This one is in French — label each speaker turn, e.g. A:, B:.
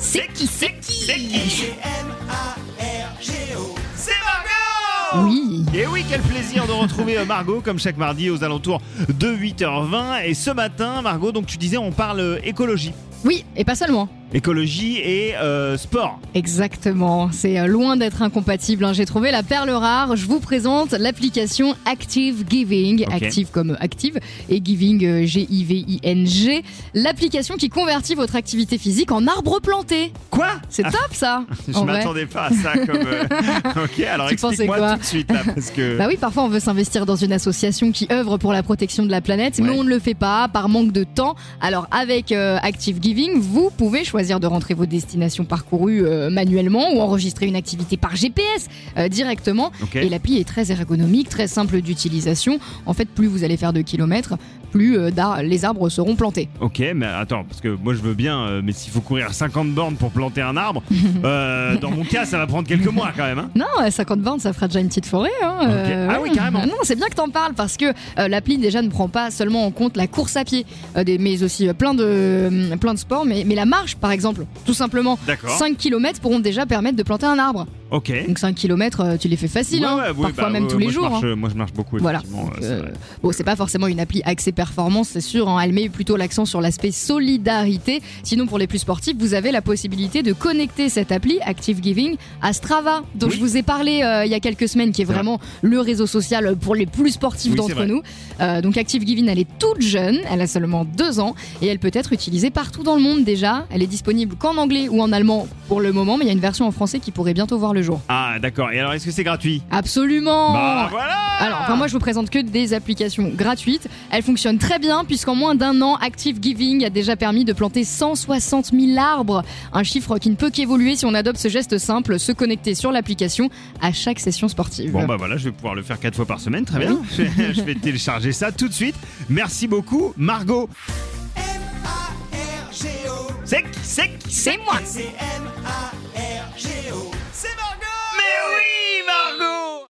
A: C'est qui C'est qui
B: G-M-A-R-G-O.
C: C'est Margot
A: Oui.
C: Et oui, quel plaisir de retrouver euh, Margot comme chaque mardi aux alentours de 8h20. Et ce matin, Margot, donc tu disais, on parle euh, écologie.
A: Oui, et pas seulement.
C: Écologie et euh, sport.
A: Exactement, c'est euh, loin d'être incompatible. hein. J'ai trouvé la perle rare. Je vous présente l'application Active Giving,
C: Ok.
A: active comme active et giving euh, G-I-V-I-N-G. L'application qui convertit votre activité physique en arbre planté.
C: Quoi
A: C'est top ça.
C: Je
A: en vrai.
C: m'attendais pas à ça comme. euh, ok, alors
A: Tu pensais
C: explique-moi
A: quoi
C: tout de suite là, parce que.
A: Bah oui, parfois on veut s'investir dans une association qui œuvre pour la protection de la planète, mais
C: Ouais.
A: on ne le fait pas par manque de temps. Alors avec euh, Active Giving, vous pouvez choisir de rentrer vos destinations parcourues euh, manuellement ou enregistrer une activité par GPS euh, directement.
C: Ok.
A: Et l'appli est très ergonomique, très simple d'utilisation. En fait, plus vous allez faire de kilomètres, plus euh, d'ar- les arbres seront plantés.
C: Ok, mais attends, parce que moi je veux bien, euh, mais s'il faut courir 50 bornes pour planter un arbre, euh, dans mon cas, ça va prendre quelques mois quand même. hein.
A: Non, à 50 bornes, ça fera déjà une petite forêt. hein, euh,
C: Ah oui, carrément.
A: Non, c'est bien que t'en parles parce que euh, l'appli déjà ne prend pas seulement en compte la course à pied, euh, des- mais aussi euh, plein de, euh, plein de sports, mais, mais la marche, par exemple, tout simplement.
C: D'accord.
A: 5 km pourront déjà permettre de planter un arbre.
C: Ok.
A: Donc 5 km, tu les fais facile,
C: Ouais,
A: hein,
C: ouais, oui,
A: parfois
C: bah,
A: même
C: ouais,
A: tous
C: ouais,
A: les
C: moi, je
A: jours. hein.
C: marche, euh, Moi je marche beaucoup,
A: Voilà.
C: effectivement. euh,
A: Donc,
C: c'est
A: euh,
C: vrai.
A: Bon, c'est pas forcément une appli axée performance, c'est sûr. hein. Elle met plutôt l'accent sur l'aspect solidarité. Sinon, pour les plus sportifs, vous avez la possibilité de connecter cette appli Active Giving à Strava, dont
C: Oui.
A: je vous ai parlé euh, il y a quelques semaines, qui est
C: C'est vrai.
A: vraiment le réseau social pour les plus sportifs
C: Oui, c'est
A: d'entre
C: vrai.
A: nous. Euh, donc, Active Giving, elle est toute jeune, elle a seulement deux ans et elle peut être utilisée partout dans le monde déjà. Elle est disponible qu'en anglais ou en allemand pour le moment, mais il y a une version en français qui pourrait bientôt voir le jour.
C: Ah, d'accord. Et alors, est-ce que c'est gratuit
A: Absolument.
C: Bah voilà
A: Oh. Alors, enfin, moi, je vous présente que des applications gratuites. Elles fonctionnent très bien, puisqu'en moins d'un an, Active Giving a déjà permis de planter 160 000 arbres. Un chiffre qui ne peut qu'évoluer si on adopte ce geste simple, se connecter sur l'application à chaque session sportive.
C: Bon bah voilà, je vais pouvoir le faire quatre fois par semaine, très bien. Je vais- je vais télécharger ça tout de suite. Merci beaucoup, Margot.
B: M-A-R-G-O.
C: Sec, sec,
A: C'est moi
B: C-M-A-R-G-O.
C: c'est Margot.